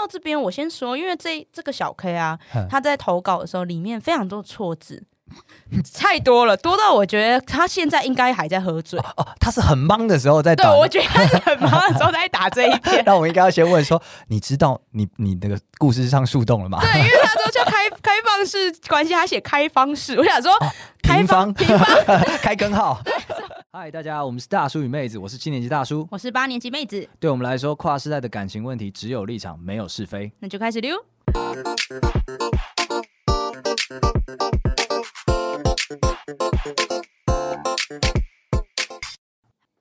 到这边，我先说，因为这这个小 K 啊嗯，他在投稿的时候里面非常多错字， 太多了，多到我觉得他现在应该还在喝醉。哦，他是很忙的时候在对，打。。我觉得他是很忙的时候在打这一篇 那我应该要先问说，你知道你你那个故事上树洞了吗？对，因为他说就开开放式关系，他写开放式，我想说哦开平方平方。 开 根号。嗨，大家，我们是大叔与妹子，我是七年级大叔。我是八年级妹子，对我们来说，跨世代的感情问题只有立场，没有是非。那就开始溜。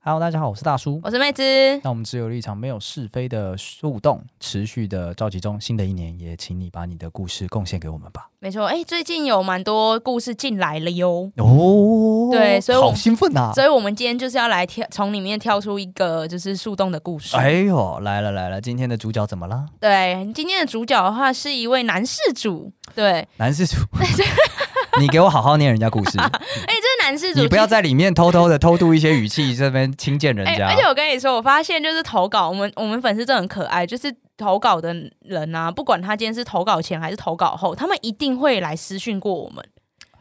Hello，大家好，我是大叔。我是妹子，那我们只有立场，没有是非的树洞，持续的召集中。新的一年，也请你把你的故事贡献给我们吧。没错。哎、最近有蛮多故事进来了哟。哦，对所以我好兴奋啊！所以，我们今天就是要来挑从里面挑出一个就是树洞的故事。哎呦，来了来了，今天的主角怎么了？对，今天的主角的话是一位男事主。 对，男事主， 你给我好好念人家故 事，哎、这个男事主，你不要在里面偷偷的偷渡一些语气，这边轻贱人哎、家。而且我跟你说，我发现就是投稿，我们我们粉丝真的很可爱，就是投稿的人啊，不管他今天是投稿前还是投稿后，他们一定会来私讯过我们。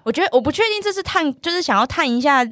我觉得我不确定这是探，就是想要探一下。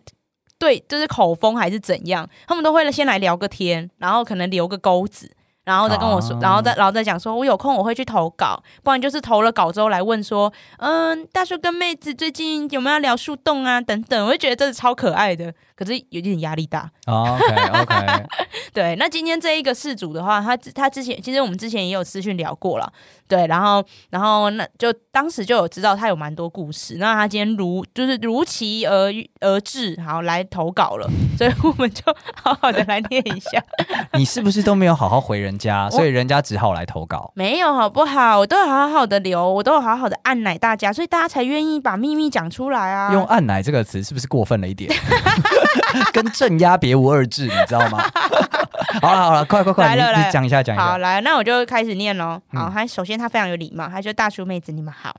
对，就是口风还是怎样，他们都会先来聊个天，然后可能留个钩子，然后再跟我说，啊然后再然后再讲说，我有空我会去投稿，不然就是投了稿之后来问说，嗯，大叔跟妹子最近有没有要聊树洞啊等等，我就觉得这是超可爱的，可是有点压力大。哦 OK OK，对，那今天这一个事主的话，他之他之前其实我们之前也有私讯聊过了，对，然后然后那就当时就有知道他有蛮多故事，那他今天如就是如期而而至，好来投稿了， 所以我们就好好的来念一下， 你是不是都没有好好回人家，所以人家只好来投稿？没有好不好？我都有好好的留，我都有好好的按奶大家，所以大家才愿意把秘密讲出来啊。用“按奶”这个词是不是过分了一点？ 跟镇压别无二致，你知道吗？ 好了好了，快快快，来了你来你了讲一下讲一好，下。来，那我就开始念喽。好，嗯他首先他非常有礼貌，他说：“大叔妹子，你们好。”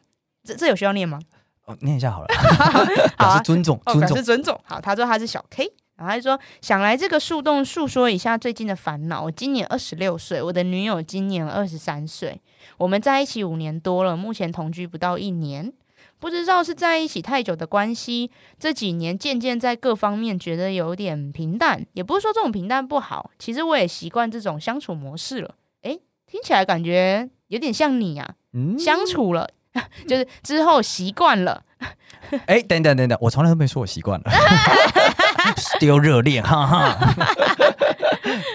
这这有需要念吗？哦念一下好了， 好表啊示尊重哦，尊表重示。尊重。好，他说他是小 K，然后他就说想来这个树洞诉说一下最近的烦恼。我今年二十六岁，我的女友今年二十三岁，我们在一起五年多了，目前同居不到一年。不知道是在一起太久的关系，这几年渐渐在各方面觉得有点平淡，也不是说这种平淡不好，其实我也习惯这种相处模式了。诶，听起来感觉有点像你啊，嗯，相处了， 就是之后习惯了，哎，等等等等，我从来都没说我习惯了 ，still 热恋，哈哈。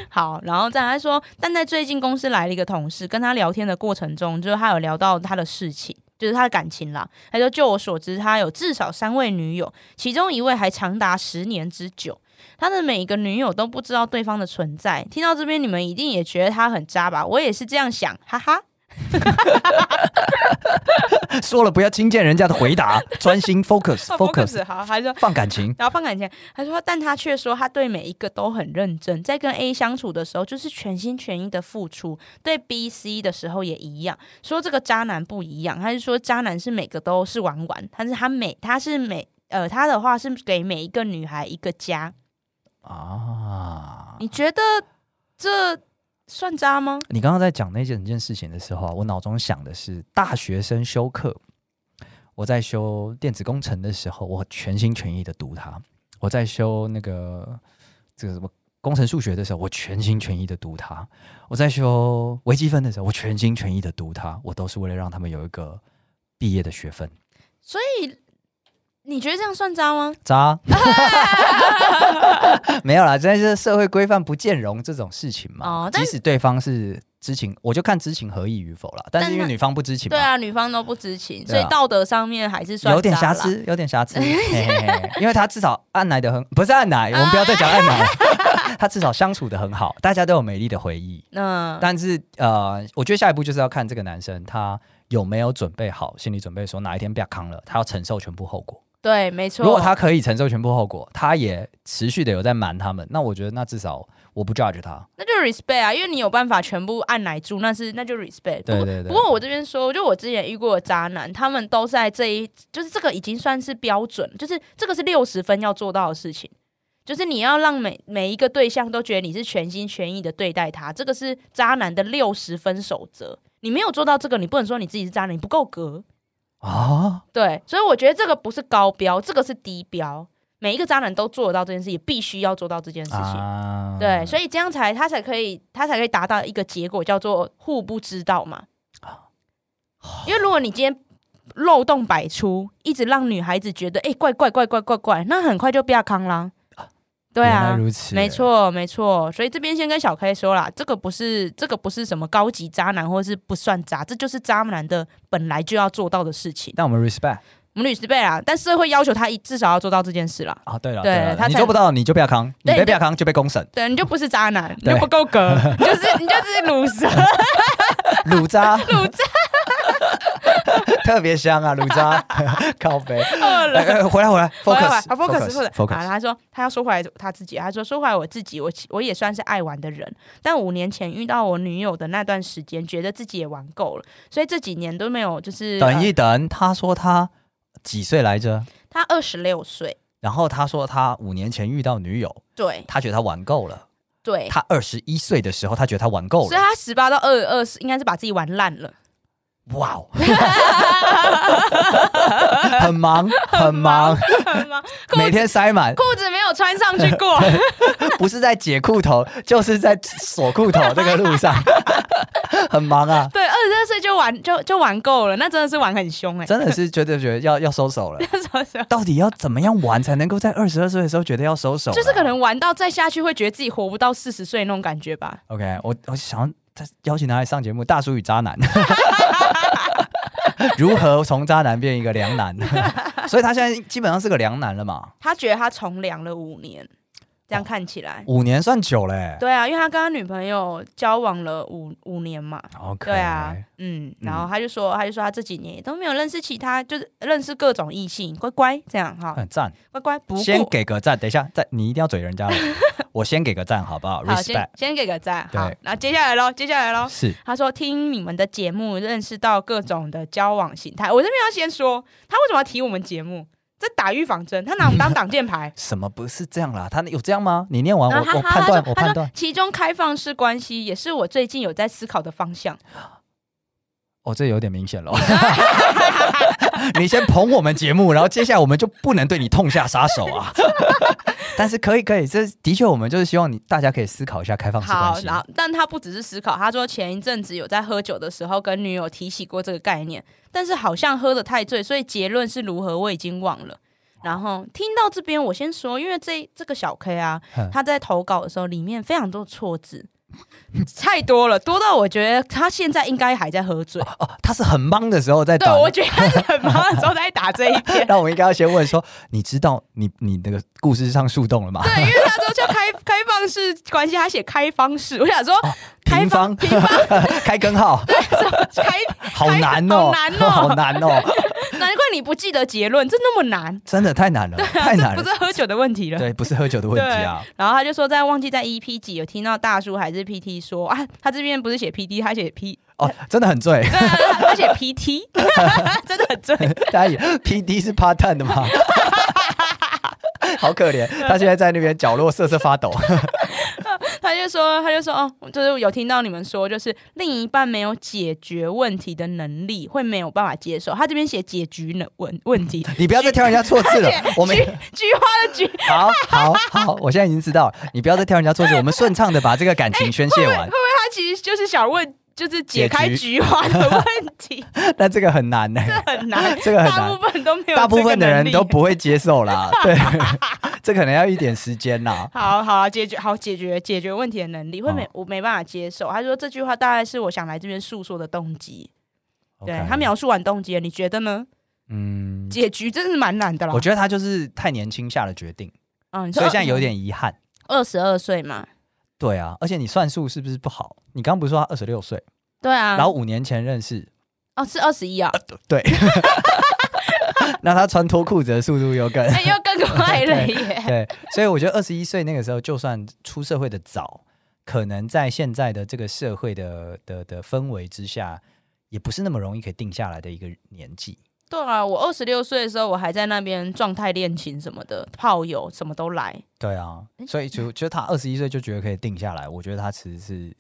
好，然后再来说，但在最近公司来了一个同事，跟他聊天的过程中，就是他有聊到他的事情，就是他的感情啦。他说，就我所知，他有至少三位女友，其中一位还长达十年之久。他的每一个女友都不知道对方的存在。听到这边，你们一定也觉得他很渣吧？我也是这样想，哈哈。说了不要轻贱人家的回答，专心 focus 哦 focus，好，还说放 感情。然后放感情，他说，但他却说他对每一个都很认真，在跟 A 相处的时候就是全心全意的付出，对 B、C 的时候也一样。说这个渣男不一样，他是说渣男是每个都是玩玩，但是他每他是每呃他的话是给每一个女孩一个家。啊。你觉得这算渣吗？你刚刚在讲那件件事情的时候啊，我脑中想的是大学生修课。我在修电子工程的时候，我全心全意的读它；我在修那个这个什么工程数学的时候，我全心全意的读它；我在修微积分的时候，我全心全意的读它。我都是为了让他们有一个毕业的学分。所以你觉得这样算渣吗？渣， 没有啦，但是社会规范不见容这种事情嘛。哦但即使对方是知情，我就看知情合意与否啦。但是因为那女方不知情嘛，对啊，女方都不知情，所对以啊道德上面还是算有点渣啦。瑕疵，有点瑕疵，嘿嘿嘿因为他至少按奶的很，不是按奶，我们不要再讲按奶， 他至少相处的很好，大家都有美丽的回忆。嗯，但是呃，我觉得下一步就是要看这个男生他有没有准备好心理准备，说哪一天被他扛了，他要承受全部后果。对，没错。如果他可以承受全部后果，他也持续的有在瞒他们，那我觉得那至少我不 judge 他。那就 respect 啊，因为你有办法全部按奶住，那是那就 respect。不对过对对不过我这边说，就我之前遇过的渣男，他们都在这一，就是这个已经算是标准，就是这个是六十分要做到的事情。就是你要让每每一个对象都觉得你是全心全意的对待他，这个是渣男的六十分守则。你没有做到这个，你不能说你自己是渣男，你不够格。啊，对，所以我觉得这个不是高标，这个是低标。每一个渣男都做得到这件事，也必须要做到这件事情。啊对，所以这样才他才可以，他才可以达到一个结果，叫做互不知道嘛。哦因为如果你今天漏洞百出，一直让女孩子觉得哎、诶怪怪怪怪怪怪，那很快就变康啦。对原来啊，如此，没。错没错。所以这边先跟小 K 说啦，这个不是这个不是什么高级渣男，或是不算渣，这就是渣男的本来就要做到的事情。但我们 respect 我们律师辈啦，啊但社会要求他一至少要做到这件事啦。啊，对了，对了他你才做不到你就不要扛，你对你被不就要扛就被 公审，对，你就不是渣男，你对就不够 格，你就是你就是乳蛇。卤渣，卤渣， 特别香啊，卤渣， 靠背，饿了来，来回来回来 回来吧啊，focus，focus， focus focus 啊，他说他要说回来他自己，他说说回来我自己，我其我也算是爱玩的人，但五年前遇到我女友的那段时间，觉得自己也玩够了，所以这几年都没有就是等一呃等，他说他几岁来着？他二十六岁，然后他说他五年前遇到女友，对他觉得他玩够了。对，他二十一岁的时候，他觉得他玩够所以了。他十八到二二十应该是把自己玩烂了，哇哦， 很忙很忙，很忙裤 每天塞满，裤子没有穿上去 过，不是在解裤头，就是在锁裤头这个路上， 很忙啊。对，二十二岁就玩就就玩够了，那真的是玩很凶哎、 真的是觉得觉得要要收手了，到底要怎么样玩才能够在二十二岁的时候觉得要收手啊？就是可能玩到再下去会觉得自己活不到四十岁那种感觉吧。 OK，我我想要他邀请他来上节目《大叔与渣男》，如何从渣男变一个良男？ 所以他现在基本上是个良男了嘛，他觉得他从良了五年，这哦样看起来。五年算久嘞、欸。对啊，因为他跟他女朋友交往了五五年嘛。 OK，对啊，嗯，然后他就说，他就说他这几年也都没有认识其他，就是认识各种异性，乖乖这样哈，很赞。乖乖。不嗯先过，给个赞，等一下，再你一定要嘴人家 了，我先给个赞好不好好，先？Respect，先给个赞，好对，然后接下来喽，接下来喽，是他说听你们的节目认识到各种的交往形态，我这边要先说，他为什么要提我们节目？这打预防针，他拿我们当挡箭牌。什么不是这样啦？他有这样吗？你念完然后我他我他判啊他断说我他判说断，其中开放式关系也是我最近有在思考的方向。哦，这有点 明显了。 你先捧我们节目，然后接下来我们就不能对你痛下杀手 啊。但是可以可以，这的确我们就是希望你大家可以思考一下开放式关好，系然。后但他不只是思考，他说前一阵子有在喝酒的时候跟女友提起过这个概念，但是好像喝得太醉，所以结论是如何我已经忘了。然后听到这边，我先说，因为这这个小 K 啊嗯，他在投稿的时候里面非常多错字，太多了，多到我觉得他现在应该还在喝醉。哦，他是很忙的时候在对，打。我觉得他是很忙的时候在打这一篇。那我应该要先问说，你知道你你那个故事上树洞了吗？ 对，因为他说哦叫开开放式关系，他写开放式，我想说开平方 平方开根号，开， 好难好哦，难哦 好难哦，难怪你不记得结论，这那么难，真的太难 了，太难这不了。是喝酒的问题了。对，不是喝酒的问题啊，然后他就说，在忘记在 EP 几有听到大叔还是 PT 说啊，他这边不是写 PD，他写 P， 哦，真的很醉。 对啊，他他写 PT，真 的很醉。大家以 PD 是 part time 的吗？ 好可怜，他现在在那边角落瑟瑟发抖。他就说，他就说哦，就是有听到你们说，就是另一半没有解决问题的能力，会没有办法接受。他这边写解决能问问题，你不要再挑人家错字了， 我们菊菊花的菊，会好好好，我现在已经知道了，你不要再挑人家错字，我们顺畅的把这个感情宣泄哎不会完。他其实就是想问，就是解开解菊花的问题，那这个很难呢、这很难，这 个很大难部，分都没有，大部分的人都。不会接受啦。 对，这可能要一点时间啦。好好解决好解决解决问题的能力会没、我没办法接受。他说这句话大概是我想来这边诉说的动机。对 OK 他描述完动机了，你觉得呢？嗯，结局真是蛮难的啦我。觉得他就是太年轻下了决定，嗯，你说所以现在有点遗憾。二十二岁嘛。对啊，而且你算数是不是不好？你刚不是说他二十六岁，对啊，然后五年前认识， 哦是二十一啊，对，那他穿脱裤子的速度又更 哎、又更快 了耶。对，所以我觉得二十一岁那个时候，就算出社会的早，可能在现在的这个社会的的的氛围之下，也不是那么容易可以定下来的一个年纪。对啊，我二十六岁的时候，我还在那边状态恋情什么的，炮友什么都来。对啊，所以就就他二十一岁就觉得可以定下来，我觉得他其实是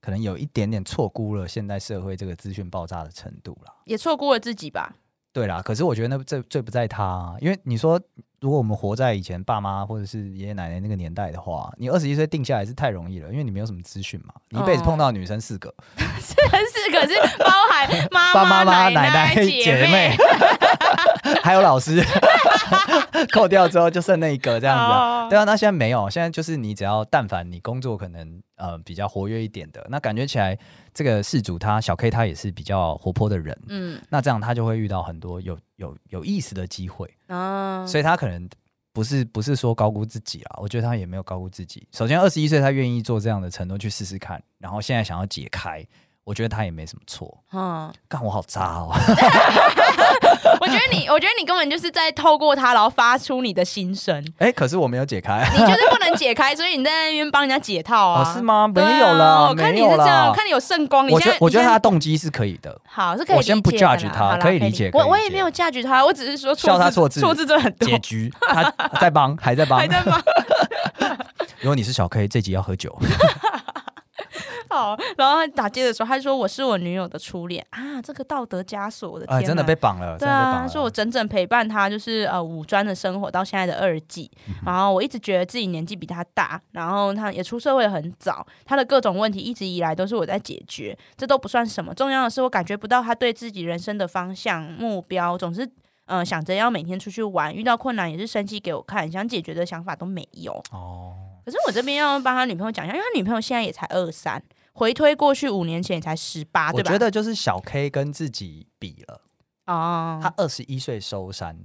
可能有一点点错估了现代社会这个资讯爆炸的程度啦。也错过了自己吧。对啦，可是我觉得那这罪不在他啊、因为你说如果我们活在以前爸妈或者是爷爷奶奶那个年代的话，你二十一岁定下来是太容易了，因为你没有什么资讯嘛，你一辈子哦碰到女生四个，但是 可是包 含妈爸妈、妈妈、奶奶姐姐妹， 还有老师， 扣掉之后就剩那一个这这样子啊、哦对啊，那现在没有，现在就是你只要但凡你工作可能呃比较活跃一点的，那感觉起来这个事主他小 K 他也是比较活泼的人，嗯那这样他就会遇到很多有有有意思的机会，啊，所以他可能不是不是说高估自己啦，我觉得他也没有高估自己。首先二十一岁他愿意做这样的承诺去试试看，然后现在想要解开，我觉得他也没什么错。嗯，干我好渣哦，我觉得你，我觉得你根本就是在透过他，然后发出你的心声， 哎、可是我没有解开。你就是不能解开，所以你在那边帮人家解套啊？哦，是吗？没对啊？有啦，我看没你是有这样，啦我。看你有圣光。你我现觉在我觉得你现他在的动机是可以 的，好是可以我理解的啦，先不 judge 他好啦可以理解可以我我理也解没有 judge 他，我只是说笑他错字错字真的很多结，局他 在帮，还在帮还。在吗？如果你是小 K，这集要喝 酒。好，然后他打接着说，他说我是我女友的初恋啊，这个道德枷锁，我的天哎，哪，真的被绑了，对真的被啊，绑他了。说我整整陪伴他，就是呃五专的生活到现在的二季，嗯然后我一直觉得自己年纪比他大，然后他也出社会很早，他的各种问题一直以来都是我在解决，这都不算什么。重要的是我感觉不到他对自己人生的方向目标，总是。呃，想着要每天出去玩，遇到困难也是生气给我看，想解决的想法都没有。哦，可是我这边要帮他女朋友讲一下，因为他女朋友现在也才二三，回推过去五年前也才十八，啊对我吧？觉得就是小 K 跟自己比了，哦，他二十一岁收山，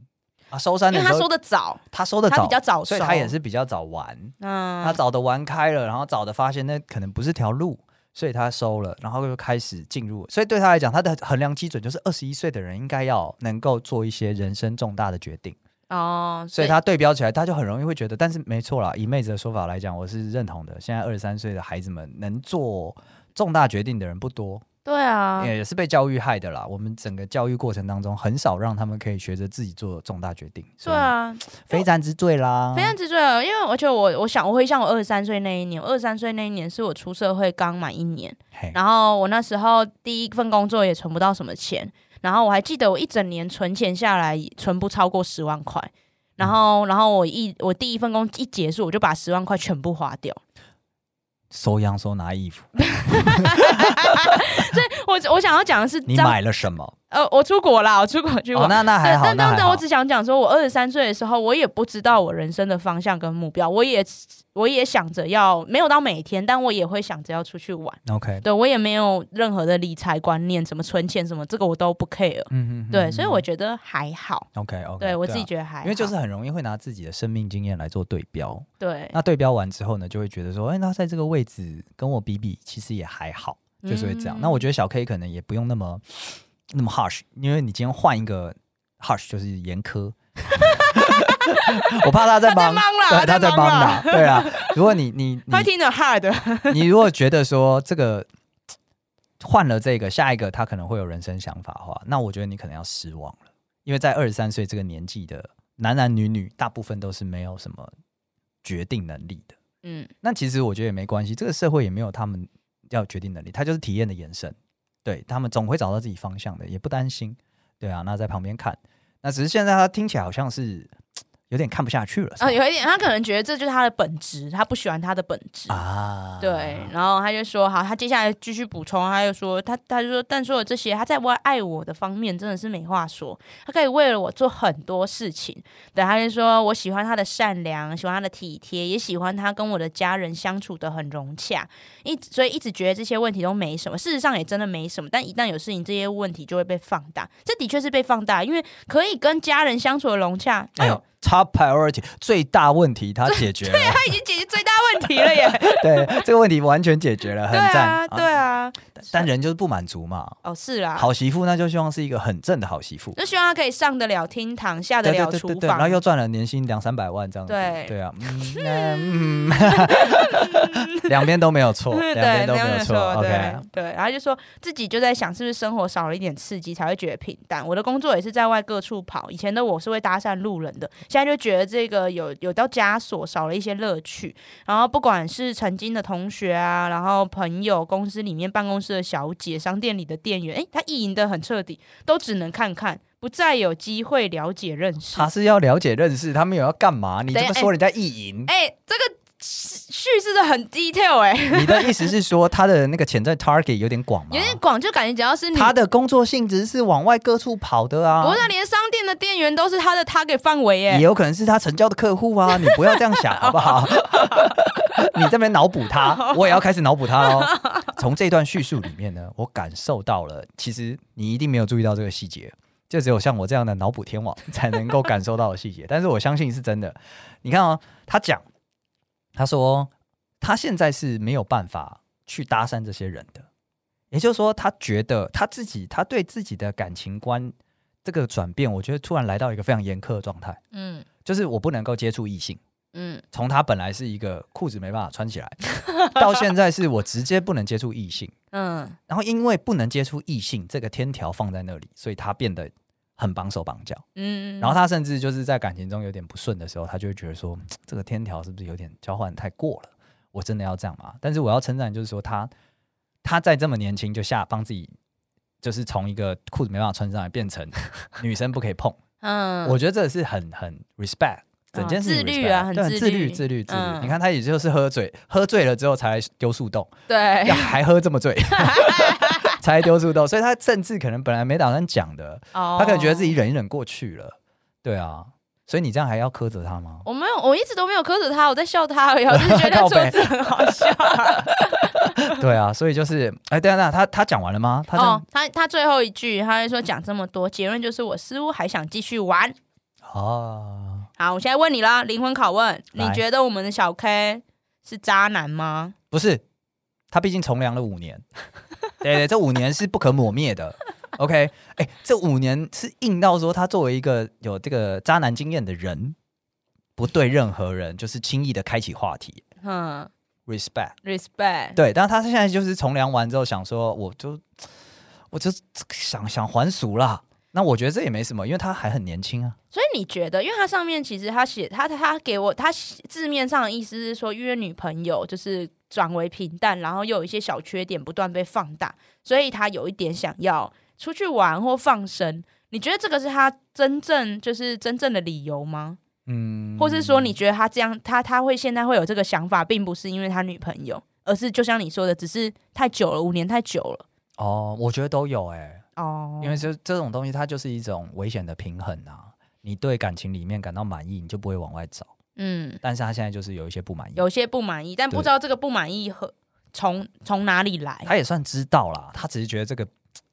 啊，收山因为的他时说候的早，他收的他早比，较早熟，所以他也是比较早玩，嗯，他早的玩开了，然后早的发现那可能不是条路。所以他收了，然后就开始进入。所以对他来讲，他的衡量基准就是二十一岁的人应该要能够做一些人生重大的决定。哦，所以他对标起来，他就很容易会觉得，但是没错啦，以妹子的说法来讲，我是认同的。现在二十三岁的孩子们能做重大决定的人不多，对啊，也也是被教育害的啦。我们整个教育过程当中，很少让他们可以学着自己做重大决定，对，啊，非战之罪啦。非常之罪了。因为而且我我想我会像我二十三岁那一年，二十三岁那一年是我出社会刚满一年，嘿然后我那时候第一份工作也存不到什么钱，然后我还记得我一整年存钱下来存不超过十万块。然嗯后，然后我一我第一份工一结束，我就把十万块全部花掉。 收羊收拿衣服，我我想要讲的是，你买了什么？呃，我出国啦，我出国去玩。哦，那那还对，好，但那但还但好我。只想讲说，我二十三岁的时候，我也不知道我人生的方向跟目标，我也我也想着要没有到每天，但我也会想着要出去玩。 OK，对我也没有任何的理财观念，什么存钱什么，这个我都不 care。嗯嗯，对，所以我觉得还好。 OK OK，啊对我自己觉得还好，因为就是很容易会拿自己的生命经验来做对标，对，那对标完之后呢，就会觉得说，哎、那在这个位置跟我比比，其实也还好，就是会这样。嗯那我觉得小 K 可能也不用那么那么 harsh，因为你今天换一个 harsh 就是严苛。 我怕他在忙，忙啦对，他他在在忙忙啦啦，对啊。如果你 你他会你听着 hard，你如果觉得说这个换了这个，下一个他可能会有人生想法的话，那我觉得你可能要失望了，因为在二十三岁这个年纪的男男女女，大部分都是没有什么决定能力的。嗯，那其实我觉得也没关系，这个社会也没有他们要有决定能力，他就是体验的延伸。对他们总会找到自己方向的，也不担心。对啊，那在旁边看，那只是现在他听起来好像是有点看不下去了是吧啊，有一点，他可能觉得这就是他的本质，他不喜欢他的本质。啊，对，然后他就说好，他接下来继续补充，他就说他他就说，但说了这些，他在我爱我的方面真的是没话说，他可以为了我做很多事情。对，他就说我喜欢他的善良，喜欢他的体贴，也喜欢他跟我的家人相处的很融洽，一直所以一直觉得这些问题都没什么，事实上也真的没什么，但一旦有事情，这些问题就会被放大，这的确是被放大，因为可以跟家人相处的融洽，哎哎呦呦，，top priority 最大问题他解决了， 他已经解决最大问题了耶！对这个问题完全解决了， 很对啊，赞。对啊，但但人就是不满足嘛。哦是啦，好媳妇那就希望是一个很正的好媳妇，就希望他可以上得了厅堂，下得对对了对厨对对，然后房。又赚了年薪两三百万这样子，对 对啊，嗯那嗯，两边都没有 错，嗯两边都没没有错错，对，OK，对，然后就说自己就在想，是不是生活少了一点刺激才会觉得平淡？我的工作也是在外各处跑，以前的我是会搭讪路人的，现在就觉得这个有有到枷锁，少了一些乐趣。然后不管是曾经的同学啊，然后朋友、公司里面办公室的小姐、商店里的店员，诶，他意淫的很彻底，都只能看看，不再有机会了解认识。他是要了解认识，他们有要干嘛？你这等一么下说人家意淫，哎、这个叙叙事的很 detail 哎、你的意思是说他的那个潜在 target 有点广吗有？点嗯广，就感觉只要是你，他的工作性质是往外各处跑的啊，不是连商店的店员都是他的 target 范围耶也。有可能是他成交的客户啊，你不要这样想好不好？你这边脑补他，我也要开始脑补他喽。从这段叙述里面呢，我感受到了，其实你一定没有注意到这个细节，就只有像我这样的脑补天王才能够感受到的细节。 但是我相信是真的。你看哦，他讲，他说他现在是没有办法去搭讪这些人的，也就是说，他觉得他自己，他对自己的感情观这个转变，我觉得突然来到一个非常严苛的状态。嗯就是我不能够接触异性。嗯，从他本来是一个裤子没办法穿起来，到现在是我直接不能接触异性。嗯，然后因为不能接触异性这个天条放在那里，所以他变得很绑手绑脚。嗯，然后他甚至就是在感情中有点不顺的时候，他就会觉得说，嘖这个天条是不是有点交换太过了？我真的要这样吗？但是我要称赞，就是说他他在这么年轻就下帮自己，就是从一个裤子没办法穿上来变成女生不可以碰。嗯，我觉得这是很很 respect。整件事情自律 respect，啊很对自自律，律自律，自律。嗯你看他也就是喝醉， 喝醉了之后才来丢树洞，对要还喝这么醉， 才来丢树洞。所以他甚至可能本来没打算讲的，哦他可能觉得自己。忍一忍过去了。对啊，所以你这样还要苛责他 吗？我没有，我一直都没有苛责他，我在笑他而已，我 就觉得靠桌北子很好笑。对啊，所以就是，哎，对啊，那他他讲完了吗？ 他这样哦，他他最后一句，他就说讲这么多，结论就是我似乎还想继续玩。哦，好，我现在问你啦，灵魂拷问，你来觉得我们的小 K 是渣男吗？不是，他毕竟从良了五 年，对对，这五年是不可磨灭的。OK，哎、这五年是硬到说他作为一个有这个渣男经验的人，不对任何人就是轻易的开启话题嗯，respect。 ，respect。对，但他现在就是从良完之后想说，我就我就想想还俗啦。那我觉得这也没什么，因为他还很年轻啊。所以你觉得，因为它上面其实他写他他他给我他字面上的意思是说约女朋友就是转为平淡，然后又有一些小缺点不断被放大，所以他有一点想要出去玩或放生。你觉得这个是他真正就是真正的理由吗？嗯，或是说你觉得他这样他他会现在会有这个想法，并不是因为他女朋友，而是就像你说的，只是太久了，五年太久了哦，我觉得都有哎、哦，因为就这种东西，它就是一种危险的平衡啊。你对感情里面感到满意，你就不会往外找。嗯但是他现在就是有一些不满意，有些不满意，但不对知道这个不满意和从从哪里来。他也算知道啦，他只是觉得这个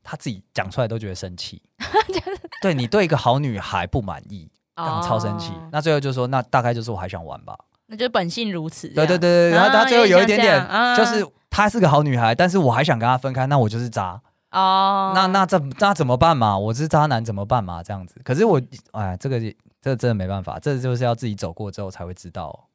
他自己讲出来都觉得 生气。对你对一个好女孩不满意，哦让超生气。那最后就说，那大概就是我还想玩吧。那就本性如此。对对对，对对，然后啊他最后有一点有点像这点样啊就是。她是个好女孩，但是我还想跟她分开，那我就是渣，哦，那那怎那怎么办嘛？我是渣男怎么办嘛？这样子，可是我哎，这个这个真的没办法，这就是要自己走过之后才会知道、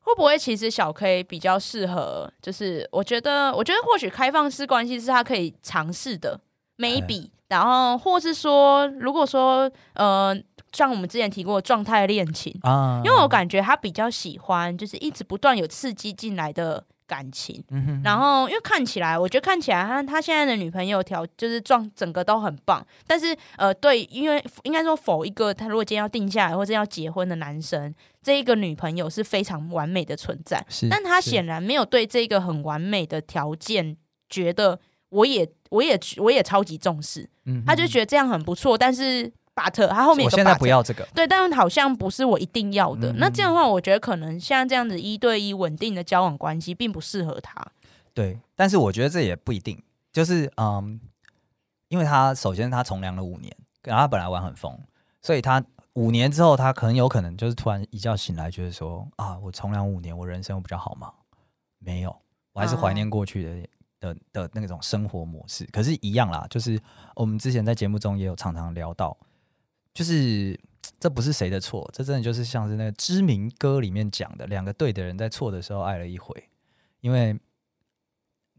会不会其实小 K 比较适合？就是我觉得，我觉得或许开放式关系是他可以尝试的，maybe。然哎后，或是说，如果说呃，像我们之前提过的状态恋情，啊，因为我感觉他比较喜欢，就是一直不断有刺激进来的感情。嗯哼然后，因为看起来，我觉得看起来他他现在的女朋友条就是状整个都很棒，但是呃，对，因为应该说否一个他如果今天要定下来或者要结婚的男生，这一个女朋友是非常完美的存在，是，但他是显然没有对这个很完美的条件觉得我也我也我也超级重视，嗯他就觉得这样很不错，但是 but 他后面有我个现在 but 不要这个，对，但好像不是我一定要的。嗯那这样的话，我觉得可能像这样子一对一稳定的交往关系，并不适合他。对，但是我觉得这也不一定，就是嗯，因为他首先他从良了五年，然后他本来玩很疯，所以他五年之后，他很有可能就是突然一觉醒来，觉得说啊，我从良五年，我人生比较好吗？没有，我还是怀念过去的、的的那种生活模式。可是，一样啦，就是我们之前在节目中也有常常聊到，就是这不是谁的错，这真的就是像是那个知名歌里面讲的，两个对的人在错的时候爱了一回，因为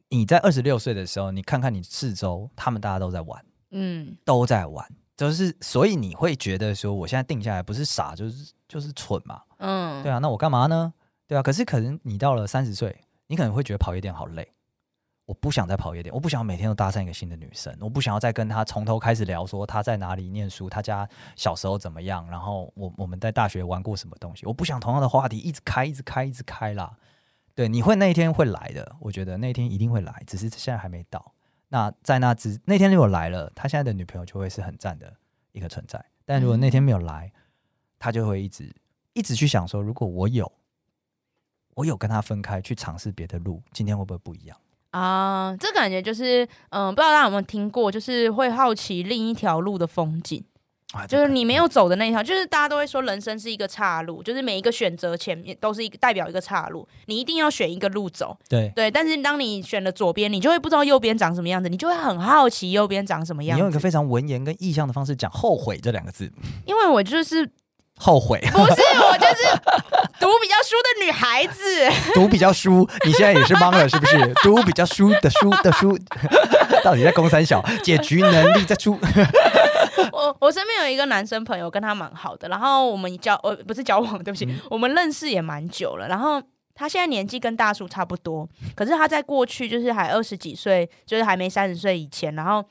你在二十六岁的时候，你看看你四周，他们大家都在玩，嗯，都在玩。就是，所以你会觉得说，我现在定下来不是傻，就是就是蠢嘛，嗯，对啊，那我干嘛呢？对啊，可是可能你到了三十岁，你可能会觉得跑夜店好累，我不想再跑夜店，我不想每天都搭讪一个新的女生，我不想要再跟她从头开始聊说她在哪里念书，她家小时候怎么样，然后我我们在大学玩过什么东西，我不想同样的话题一直开，一直开，一直开啦。对，你会那一天会来的，我觉得那一天一定会来，只是现在还没到。那在那之那天如果来了，他现在的女朋友就会是很赞的一个存在，但如果嗯那天没有来，他就会一直一直去想说，如果我有，我有跟他分开，去尝试别的路，今天会不会不一样？啊、这感觉就是，嗯、不知道大家有没有听过，就是会好奇另一条路的风景，啊，这就是个你没有走的那一条，就是大家都会说人生是一个岔路，就是每一个选择前面都是一个代表一个岔路，你一定要选一个路走，对，对。但是当你选了左边，你就会不知道右边长什么样子，你就会很好奇右边长什么你样用一个子。非常文言跟意象的方式讲“后悔”这两个字，因为我就是后悔不是我就是读比较书的女孩子，读比较书，你现在也是懵了是不是？读比较书的书的书， 到底在攻三小解局能力在出？ 我我身边有一个男生朋友，跟他蛮好的，然后我们交呃不是交往，对不起，我们认识也蛮久了，然后。他现在年纪跟大叔差不多，可是他在过去就是还二十几岁，就是还没三十岁以前，然后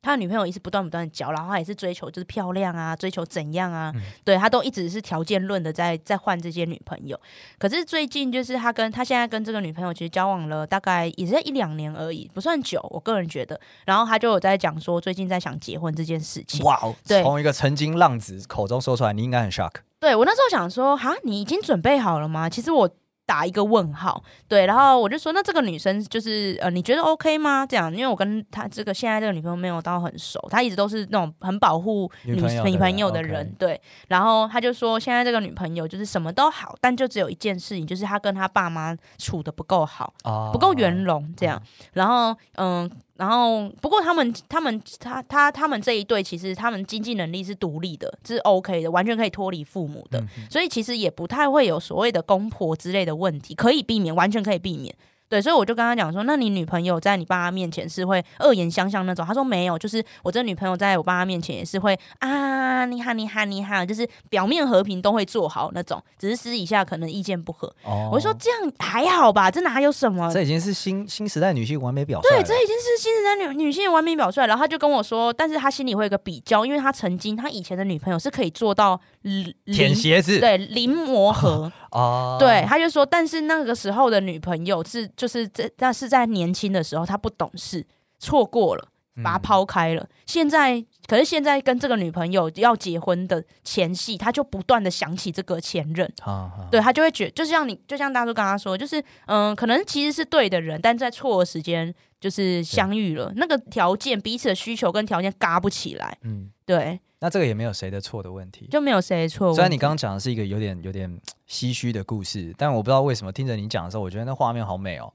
他的女朋友一直不断不断的交，然后他也是追求就是漂亮啊，追求怎样啊，对他都一直是条件论的在在换这些女朋友。可是最近就是他跟他现在跟这个女朋友其实交往了大概也是一两年而已，不算久，我个人觉得。然后他就有在讲说最近在想结婚这件事情，哇哦，对从一个曾经浪子口中说出来，你应该很 shock。对我那时候想说，哈，你已经准备好了吗？其实我打一个问号，对，然后我就说，那这个女生就是呃，你觉得 OK 吗？这样，因为我跟她这个现在这个女朋友没有到很熟，她一直都是那种很保护女女朋友的女朋人友的，OK 人，对。然后他就说，现在这个女朋友就是什么都好，但就只有一件事情，就是她跟她爸妈处的不够好。啊不够圆融这样。然后，嗯，然后不过他们他们他他他们这一对其实他们经济能力是独立的，是 OK 的，完全可以脱离父母嗯的，所以其实也不太会有所谓的公婆之类的问题，可以避免，完全可以避免。对，所以我就跟他讲说，那你女朋友在你爸妈面前是会恶言相向那种？他说没有，就是我这女朋友在我爸妈面前也是会啊，你好你好你好，就是表面和平都会做好那种，只是私底下可能意见不合。哦我就说这样还好吧，这哪有什么？这已经是新新时代女性完美表率对，了。这已经是新时代女女性的完美表率。然后他就跟我说，但是他心里会有一个比较，因为他曾经他以前的女朋友是可以做到零舔零鞋子对零磨合，啊，对，他就说，但是那个时候的女朋友是就是这，但是在年轻的时候他不懂事，错过了，把他嗯抛开了。现在可是现在跟这个女朋友要结婚的前戏，他就不断的想起这个前任，啊啊对他就会觉，就像你，就像大叔刚刚说，就是嗯、可能其实是对的人，但在错的时间就是相遇了，那个条件彼此的需求跟条件嘎不起来，嗯，对，那这个也没有谁的错的问题。就没有谁错。虽然你刚刚讲的是一个有点有点唏嘘的故事，但我不知道为什么听着你讲的时候，我觉得那画面好美哦，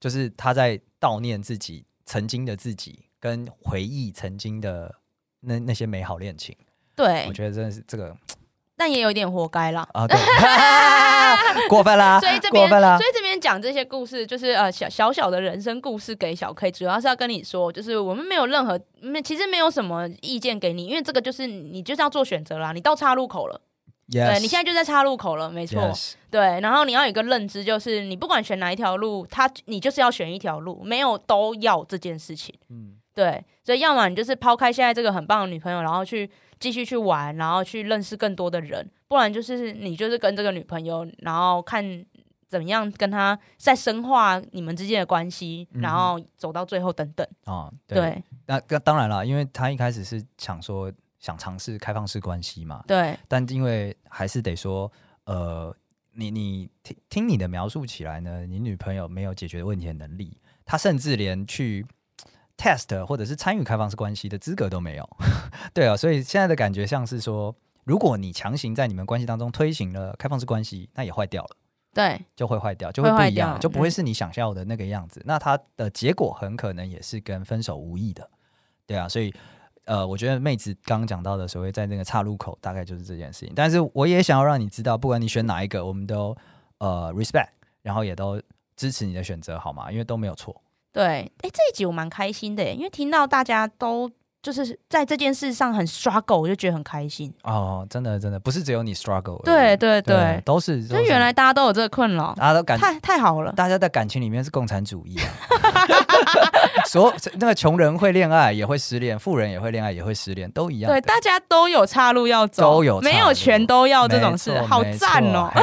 就是他在悼念自己曾经的自己，跟回忆曾经的那那些美好恋情。对我，觉得真的是这个但也有一点活该啦。啊，对， 过分啦， 所以这啊过边，分啦所，以这边讲这些故事，就是呃小小小的人生故事给小 K，主要是要跟你说，就是我们没有任何，没其实没有什么意见给你，因为这个就是你就是要做选择啦，你到岔路口了，呃对你现在就在岔路口了，没错。 yes, 对，然后你要有一个认知，就是你不管选哪一条路，他你就是要选一条路，没有都要这件事情。嗯，对，所以要么你就是抛开现在这个很棒的女朋友，然后去继续去玩，然后去认识更多的人；不然就是你就是跟这个女朋友，然后看怎么样跟她再深化你们之间的关系，然后走到最后等等。啊，对，对那那当然了，因为他一开始是想说想尝试开放式关系嘛，对，但因为还是得说，呃，你你听听你的描述起来呢，你女朋友没有解决问题的能力，她甚至连去 test 或者是参与开放式关系的资格都没有。对啊，所以现在的感觉像是说，如果你强行在你们关系当中推行了开放式关系，那也坏掉了，对，就会坏掉，就会会不坏一样了，啊掉就不会嗯是你想要的那个样子。那它的结果很可能也是跟分手无异的，对啊，所以。呃，我觉得妹子刚刚讲到的所谓在那个岔路口，大概就是这件事情。但是我也想要让你知道，不管你选哪一个，我们都呃 respect，然后也都支持你的选择，好吗？因为都没有错。对，哎、这一集我蛮开心的耶，因为听到大家都就是在这件事上很刷狗，我就觉得很开心。哦，真的真的不是只有你 struggle，而对已对对对，，都是所以原来大家都有这个困扰，大家都感太太好了。大家在感情里面是共产主义啊， 所那个穷人会恋爱也会失恋，富人也会恋爱也会失恋，都一样对，的。大家都有岔路要走，都有没岔有路全都要这种没事，错好赞哦！！没错嘿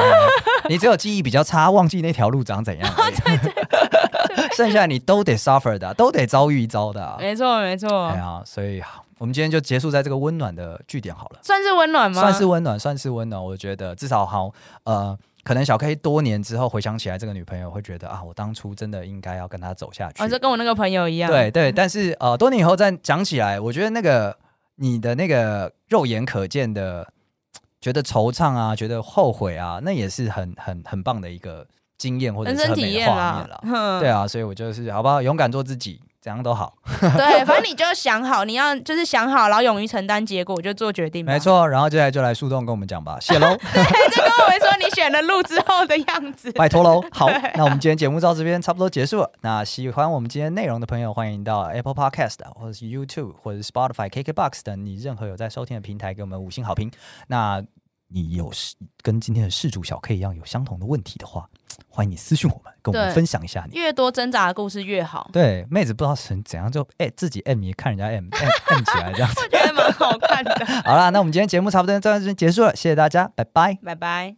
你只有记忆比较差，忘记那条路长怎样而已。啊 剩下你都得 suffer 的啊，都得遭遇一遭的啊。没错没错哎，呀，所以好我们今天就结束在这个温暖的据点好了。算是温暖吗？算是温暖，算是温暖。我觉得至少好，呃，可能小 K 多年之后回想起来这个女朋友，会觉得啊，我当初真的应该要跟她走下去。哦，就跟我那个朋友一样，嗯对对，但是呃，多年以后再讲起来，我觉得那个你的那个肉眼可见的，觉得惆怅啊，觉得后悔啊，那也是很很很棒的一个经验或者人是生很体美的验画啦面。了。哼对啊，所以我就是好不好，勇敢做自己，怎样都好。对， 反正你就想好，你要就是想好，然后勇于承担结果，就做决定吧。没，错，然后接下来就来树洞跟我们讲吧，谢喽。 这跟我们说你选了路之后的样 子。拜托喽。好，那我们今天节目到这边差不多结束了。那喜欢我们今天内容的朋友，欢迎到 Apple Podcast 或者是 YouTube 或者是 Spotify、KKBox 等你任何有在收听的平台给我们五星好评。那你有是跟今天的事主小 K 一样有相同的问题的话，欢迎你私讯我们，跟我们对分享一下你。越多挣扎的故事越好，对，妹子不知道怎怎样就哎、自己 M 也看人家 M M, M 起来这样子。我觉得蛮好看的。 好啦，那我们今天节目差不多到这边结束了，谢谢大家，拜拜。拜拜。